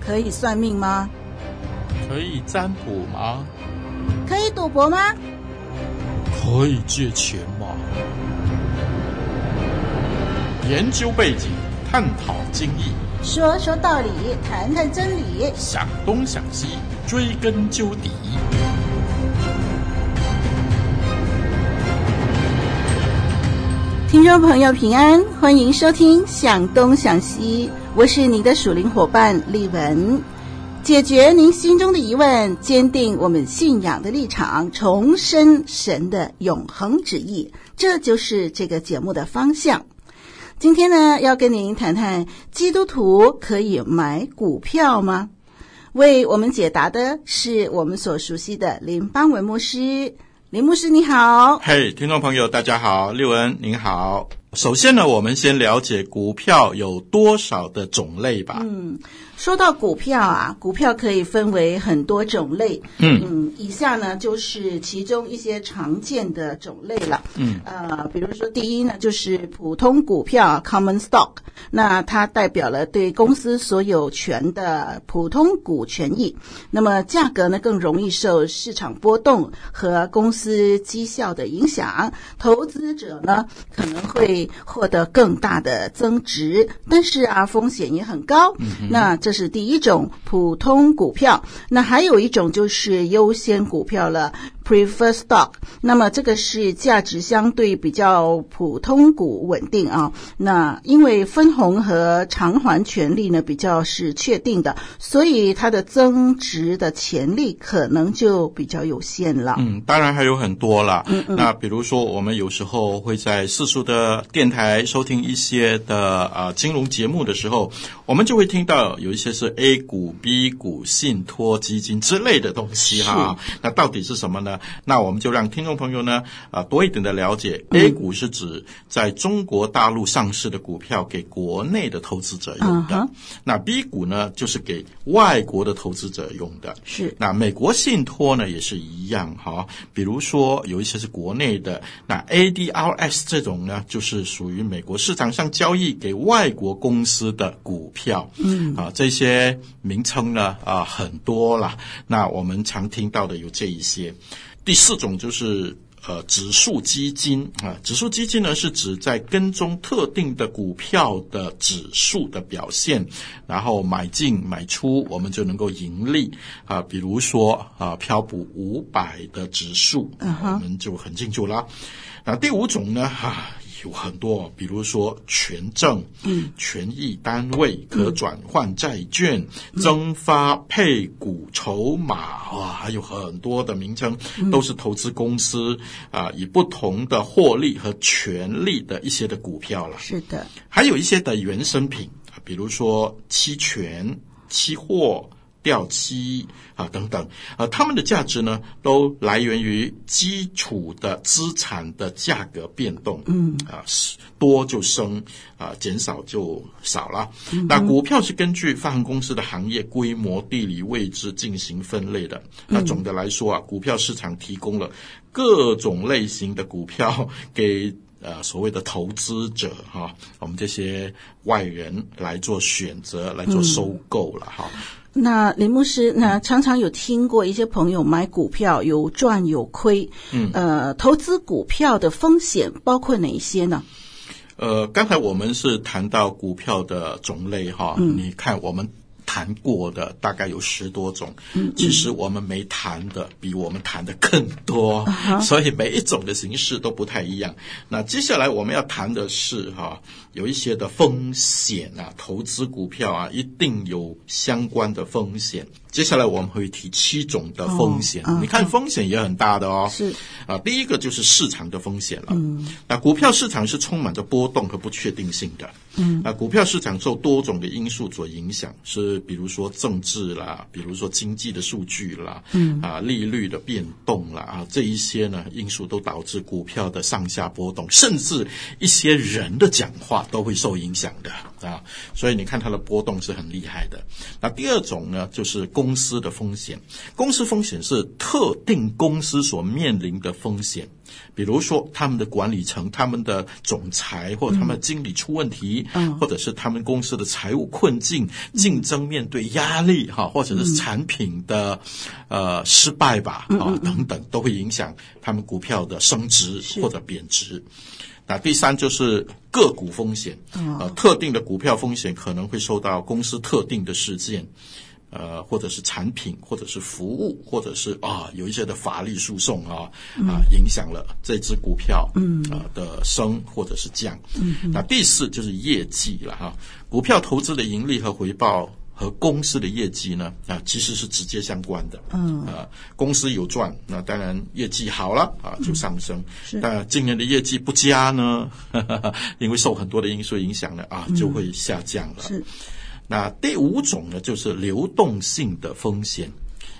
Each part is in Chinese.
可以算命吗？可以占卜吗？可以赌博吗？可以借钱吗？研究背景，探讨经义，说说道理，谈谈真理。想东想西，追根究底。听众朋友平安，欢迎收听《想东想西》，我是您的属灵伙伴丽文。解决您心中的疑问，坚定我们信仰的立场，重申神的永恒旨意，这就是这个节目的方向。今天呢，要跟您谈谈基督徒可以买股票吗？为我们解答的是我们所熟悉的林邦文牧师。林牧师，你好。嘿、听众朋友，大家好，六恩您好。首先呢，我们先了解股票有多少的种类吧。说到股票啊，股票可以分为很多种类。嗯以下呢就是其中一些常见的种类了。嗯，呃，比如说第一呢就是普通股票 （common stock），那它代表了对公司所有权的普通股权益。那么价格呢更容易受市场波动和公司绩效的影响，投资者呢可能会获得更大的增值，但是啊风险也很高。那这是第一种普通股票，那还有一种就是优先股票了。prefer stock，那么这个是价值相对比较普通股稳定啊。那因为分红和偿还权利呢比较是确定的，所以它的增值的潜力可能就比较有限了。嗯，当然还有很多啦。那比如说，我们有时候会在世俗的电台收听一些的呃金融节目的时候，我们就会听到有一些是 A 股、B 股、信托基金之类的东西哈。那到底是什么呢？那我们就让听众朋友呢啊、呃多一点的了解。A 股是指在中国大陆上市的股票给国内的投资者用的。嗯哼那 B 股呢，就是给外国的投资者用的。是那美国信托呢也是一样哈，比如说有一些是国内的，那 ADRS 这种呢，就是属于美国市场上交易给外国公司的股票。嗯，啊，这些名称呢啊很多啦，那我们常听到的有这一些。第四种就是。呃，指数基金啊，指数基金呢是指在跟踪特定的股票的指数的表现，然后买进买出，我们就能够盈利啊。比如说啊，标普五百的指数，我们就很清楚啦。那第五种呢，哈、有很多，比如说权证、嗯、权益单位、可转换债券、增发配股筹码啊，还有很多的名称，都是投资公司啊以不同的获利和权利的一些的股票了。是的，还有一些的衍生品，比如说期权、期货、掉期啊等等，啊，它们的价值呢，都来源于基础的资产的价格变动，嗯，啊，是多就升，啊，减少就少了。那股票是根据发行公司的行业规模、地理位置进行分类的。那总的来说啊，股票市场提供了各种类型的股票 给呃所谓的投资者哈、我们这些外人来做选择，来做收购了哈。那林牧师，那常常有听过一些朋友买股票有赚有亏，嗯，呃，投资股票的风险包括哪一些呢？呃，刚才我们是谈到股票的种类哈，你看我们。谈过的大概有十多种，其实我们没谈的比我们谈的更多，所以每一种的形式都不太一样。那接下来我们要谈的是哈、有一些的风险啊，投资股票啊，一定有相关的风险。接下来我们会提七种的风险，你看风险也很大的哦。是啊，第一个就是市场的风险了。嗯，那股票市场是充满着波动和不确定性的。嗯，啊，股票市场受多种的因素所影响，是比如说政治啦，比如说经济的数据啦，嗯，啊，利率的变动啦，啊，这一些呢因素都导致股票的上下波动，甚至一些人的讲话都会受影响的啊。所以你看它的波动是很厉害的。那第二种呢，就是公司的风险。公司风险是特定公司所面临的风险。比如说，他们的管理层、他们的总裁或他们的经理出问题，或者是他们公司的财务困境、竞争面对压力，哈，或者是产品的呃失败吧，啊等等，都会影响他们股票的升值或者贬值。那第三就是个股风险，呃，特定的股票风险可能会受到公司特定的事件。呃，或者是产品，或者是服务，或者是啊，有一些的法律诉讼啊，啊，影响了这只股票，嗯，啊的升或者是降。嗯，那第四就是业绩了哈、股票投资的盈利和回报和公司的业绩呢，啊，其实是直接相关的。嗯，啊，公司有赚，那当然业绩好了啊，就上升。但今年的业绩不佳呢， 因为受很多的因素影响呢，啊，就会下降了。是那第五种呢，就是流动性的风险，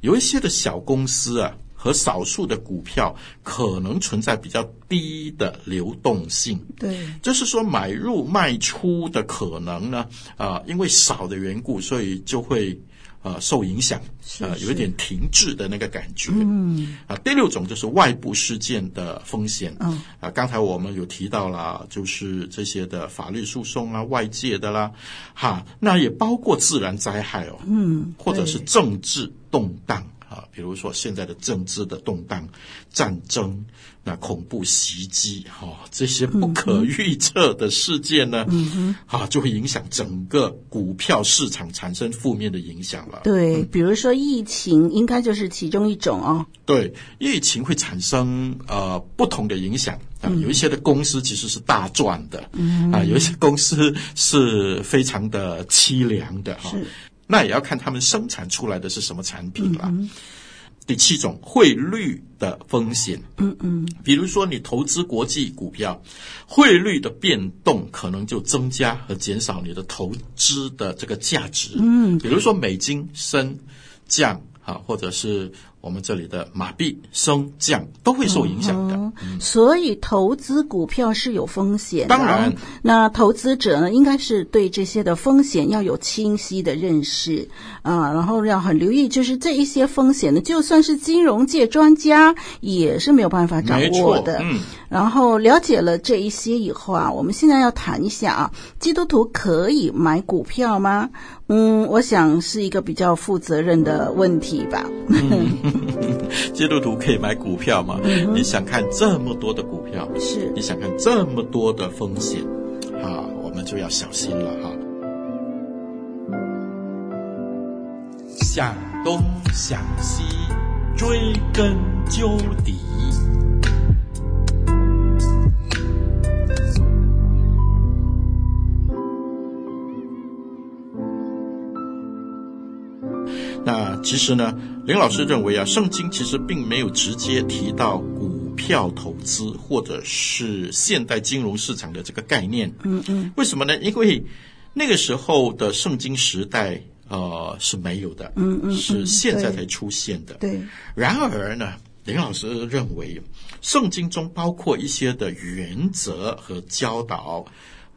有一些的小公司啊和少数的股票可能存在比较低的流动性。对，就是说买入卖出的可能呢，啊、因为少的缘故，所以就会呃受影响，呃，有一点停滞的那个感觉。嗯，啊，第六种就是外部事件的风险。嗯，啊，刚才我们有提到啦，就是这些的法律诉讼啊，外界的啦，哈，那也包括自然灾害哦，嗯，或者是政治动荡。啊，比如说现在的政治的动荡、战争、那恐怖袭击，哈、这些不可预测的事件呢，嗯、啊，就会影响整个股票市场产生负面的影响了。对，比如说疫情，应该就是其中一种哦。对，疫情会产生呃不同的影响。啊，有一些的公司其实是大赚的，啊，有一些公司是非常的凄凉的哈、那也要看他们生产出来的是什么产品啦。第七种汇率的风险，嗯嗯，比如说你投资国际股票，汇率的变动可能就增加和减少你的投资的这个价值，嗯，比如说美金升降啊，或者是我们这里的马币升降都会受影响的，所以投资股票是有风险的哦，当然那投资者呢，应该是对这些的风险要有清晰的认识啊，然后要很留意，就是这一些风险呢，就算是金融界专家也是没有办法掌没握错的。，嗯。然后了解了这一些以后啊，我们现在要谈一下啊，基督徒可以买股票吗？嗯，我想是一个比较负责任的问题吧。 基督徒可以买股票吗？你想看这么多的股票，是你想看这么多的风险，啊，我们就要小心了哈、想东想西，追根究底。那其实呢，林老师认为啊，圣经其实并没有直接提到股票投资或者是现代金融市场的这个概念。嗯嗯，为什么呢？因为那个时候的圣经时代，呃，是没有的。嗯嗯，是现在才出现的。对，然而呢，林老师认为，圣经中包括一些的原则和教导，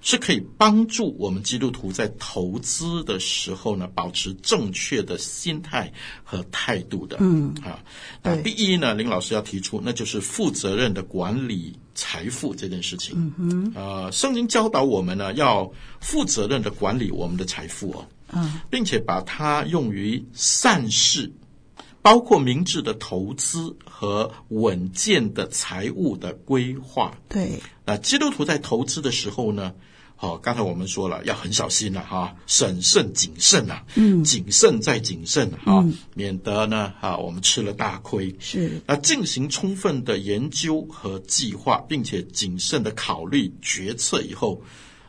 是可以帮助我们基督徒在投资的时候呢，保持正确的心态和态度的。嗯，啊，那第一呢，林老师要提出，那就是负责任的管理。财富这件事情，嗯哼，呃，圣经教导我们呢，要负责任的管理我们的财富哦，嗯，并且把它用于善事，包括明智的投资和稳健的财务的规划。对，那基督徒在投资的时候呢，好、刚才我们说了要很小心了、啊哈、审慎谨慎啊，嗯，谨慎再谨慎啊哈、免得呢哈、我们吃了大亏。是那进行充分的研究和计划，并且谨慎的考虑决策以后，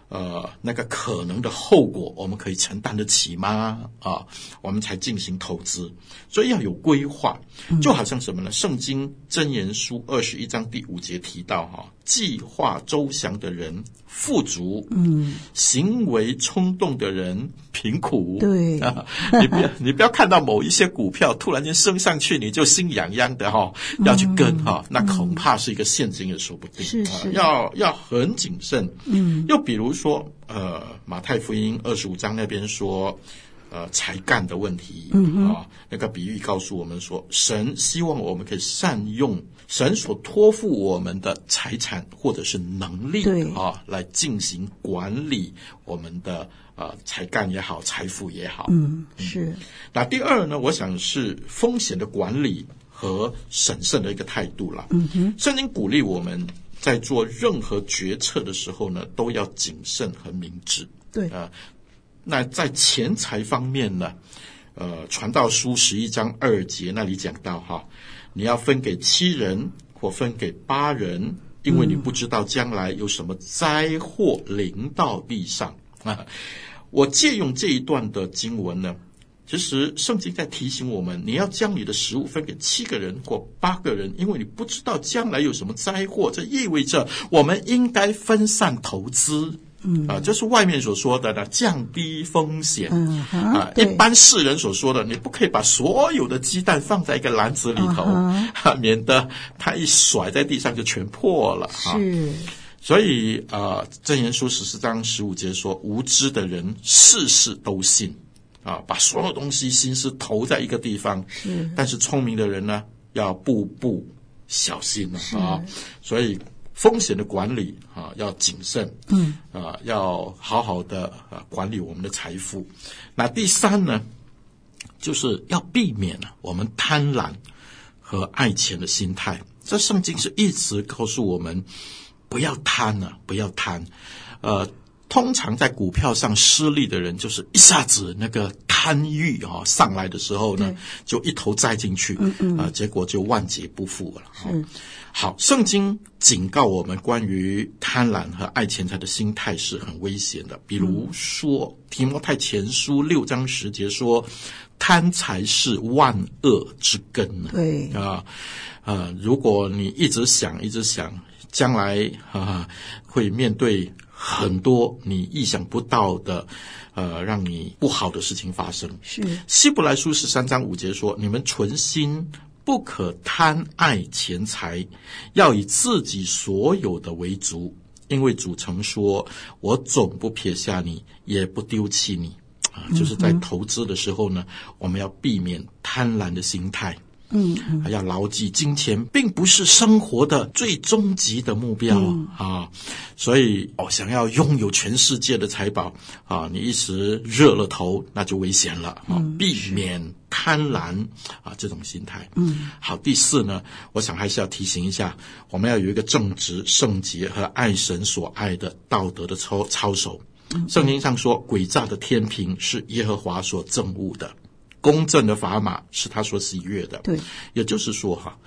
呃，那个可能的后果，我们可以承担得起吗？啊，我们才进行投资，所以要有规划。就好像什么呢？圣经箴言书二十一章第五节提到哈、计划周详的人富足，嗯，行为冲动的人贫苦，对啊， 你不要你不要看到某一些股票突然间升上去，你就心痒痒的哈、要去跟哈、那恐怕是一个陷阱也说不嗯定。是啊是要要很谨慎。嗯，又比如说，呃，马太福音二十五章那边说，呃才干的问题。嗯啊，那个比喻告诉我们说，神希望我们可以善用神所托付我们的财产或者是能力对啊，来进行管理我们的呃才干也好，财富也好。嗯，嗯，是，那第二呢，我想是风险的管理和审慎的一个态度啦。嗯哼，圣经鼓励我们在做任何决策的时候呢，都要谨慎和明智。对，呃，那在钱财方面呢，呃，传道书十一章二节那里讲到哈，你要分给七人或分给八人，因为你不知道将来有什么灾祸临到地上啊。我借用这一段的经文呢。其实圣经在提醒我们，你要将你的食物分给七个人或八个人，因为你不知道将来有什么灾祸。这意味着我们应该分散投资，嗯啊，就是外面所说的呢，降低风险。嗯哼啊，一对般世人所说的，你不可以把所有的鸡蛋放在一个篮子里头，嗯啊免得它一甩在地上就全破了。啊哈、是，所以啊，呃《箴言书》十四章十五节说：“无知的人事事都信，啊，把所有东西心思投在一个地方。是但是聪明的人呢，要步步小心了啊。所以风险的管理啊，要谨慎。嗯，啊，要好好的啊管理我们的财富。那第三呢，就是要避免啊我们贪婪和爱钱的心态。这圣经是一直告诉我们，不要贪啊，不要贪。呃，通常在股票上失利的人，就是一下子那个贪欲啊、上来的时候呢，就一头栽进去，啊、结果就万劫不复了。是好，圣经警告我们关于贪婪和爱钱财的心态是很危险的。比如说，提摩太前书六章十节说：“贪财是万恶之根啊。”对，啊，呃，如果你一直想，一直想，将来啊会面对很多你意想不到的，呃，让你不好的事情发生。是，希伯来书十三章五节说：“你们存心不可贪爱钱财，要以自己所有的为足，因为主曾说：我总不撇下你，也不丢弃你。”啊，就是在投资的时候呢，我们要避免贪婪的心态。嗯，还要牢记，金钱并不是生活的最终极的目标、嗯啊。所以，哦，想要拥有全世界的财宝啊，你一时热了头，那就危险了啊！嗯避免贪婪啊这种心态。嗯，好，第四呢，我想还是要提醒一下，我们要有一个正直、圣洁和爱神所爱的道德的操操守。嗯圣经上说，诡诈的天平是耶和华所憎恶的。公正的砝码是他所喜悦的。对，也就是说哈，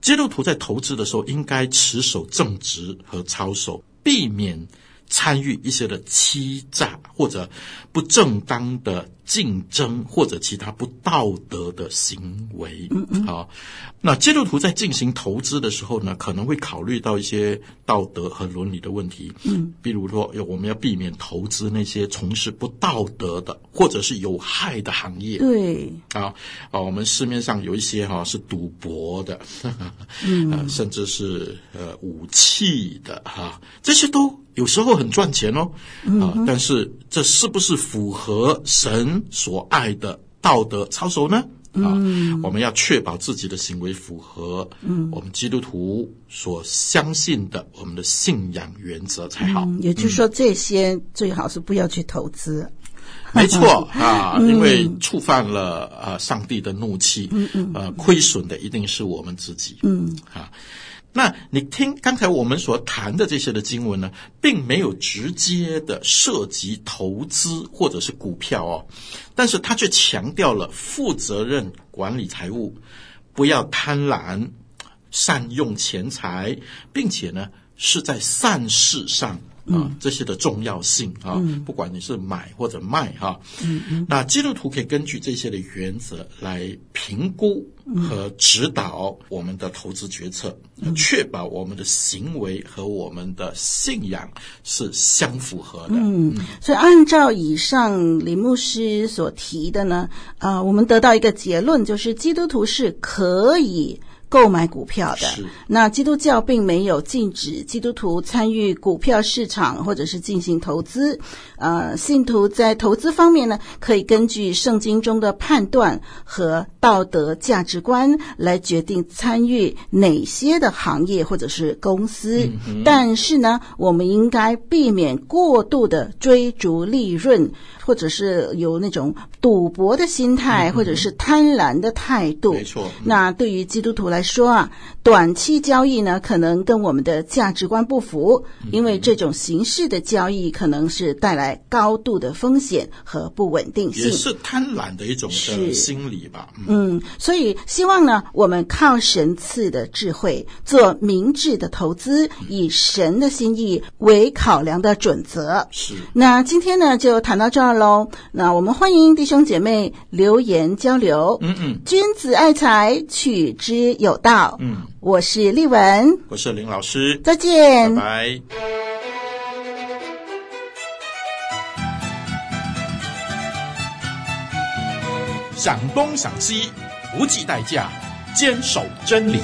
基督徒在投资的时候应该持守正直和操守，避免参与一些的欺诈或者不正当的竞争或者其他不道德的行为。嗯嗯好，那基督徒在进行投资的时候呢，可能会考虑到一些道德和伦理的问题。嗯，比如说，我们要避免投资那些从事不道德的或者是有害的行业。对，啊啊，我们市面上有一些哈、是赌博的， 嗯、呃，甚至是呃武器的哈、这些都有时候很赚钱哦，啊，但是这是不是符合神所爱的道德操守呢？啊，我们要确保自己的行为符合我们基督徒所相信的我们的信仰原则才好。嗯，也就是说，这些最好是不要去投资。 没错啊，因为触犯了啊、呃上帝的怒气，呃，亏损的一定是我们自己，嗯啊。那你听刚才我们所谈的这些的经文呢，并没有直接的涉及投资或者是股票哦，但是它却强调了负责任管理财务，不要贪婪，善用钱财，并且呢是在善事上。啊，这些的重要性啊，不管你是买或者卖哈、那基督徒可以根据这些的原则来评估和指导我们的投资决策，确保我们的行为和我们的信仰是相符合的。嗯，所以按照以上李牧师所提的呢，啊、我们得到一个结论，就是基督徒是可以购买股票的。是那基督教并没有禁止基督徒参与股票市场或者是进行投资。呃，信徒在投资方面呢，可以根据圣经中的判断和道德价值观来决定参与哪些的行业或者是公司。嗯但是呢，我们应该避免过度的追逐利润，或者是有那种赌博的心态，或者是贪婪的态度。嗯没错。那对于基督徒来说啊，短期交易呢，可能跟我们的价值观不符，嗯因为这种形式的交易可能是带来高度的风险和不稳定也性。是贪婪的一种的是心理吧。嗯嗯，所以希望呢，我们靠神赐的智慧做明智的投资，以神的心意为考量的准则。是，那今天呢，就谈到这儿喽。那我们欢迎弟兄姐妹留言交流。嗯嗯君子爱财，取之有道。嗯，我是丽文，我是林老师，再见。拜拜。想东想西，不计代价，坚守真理。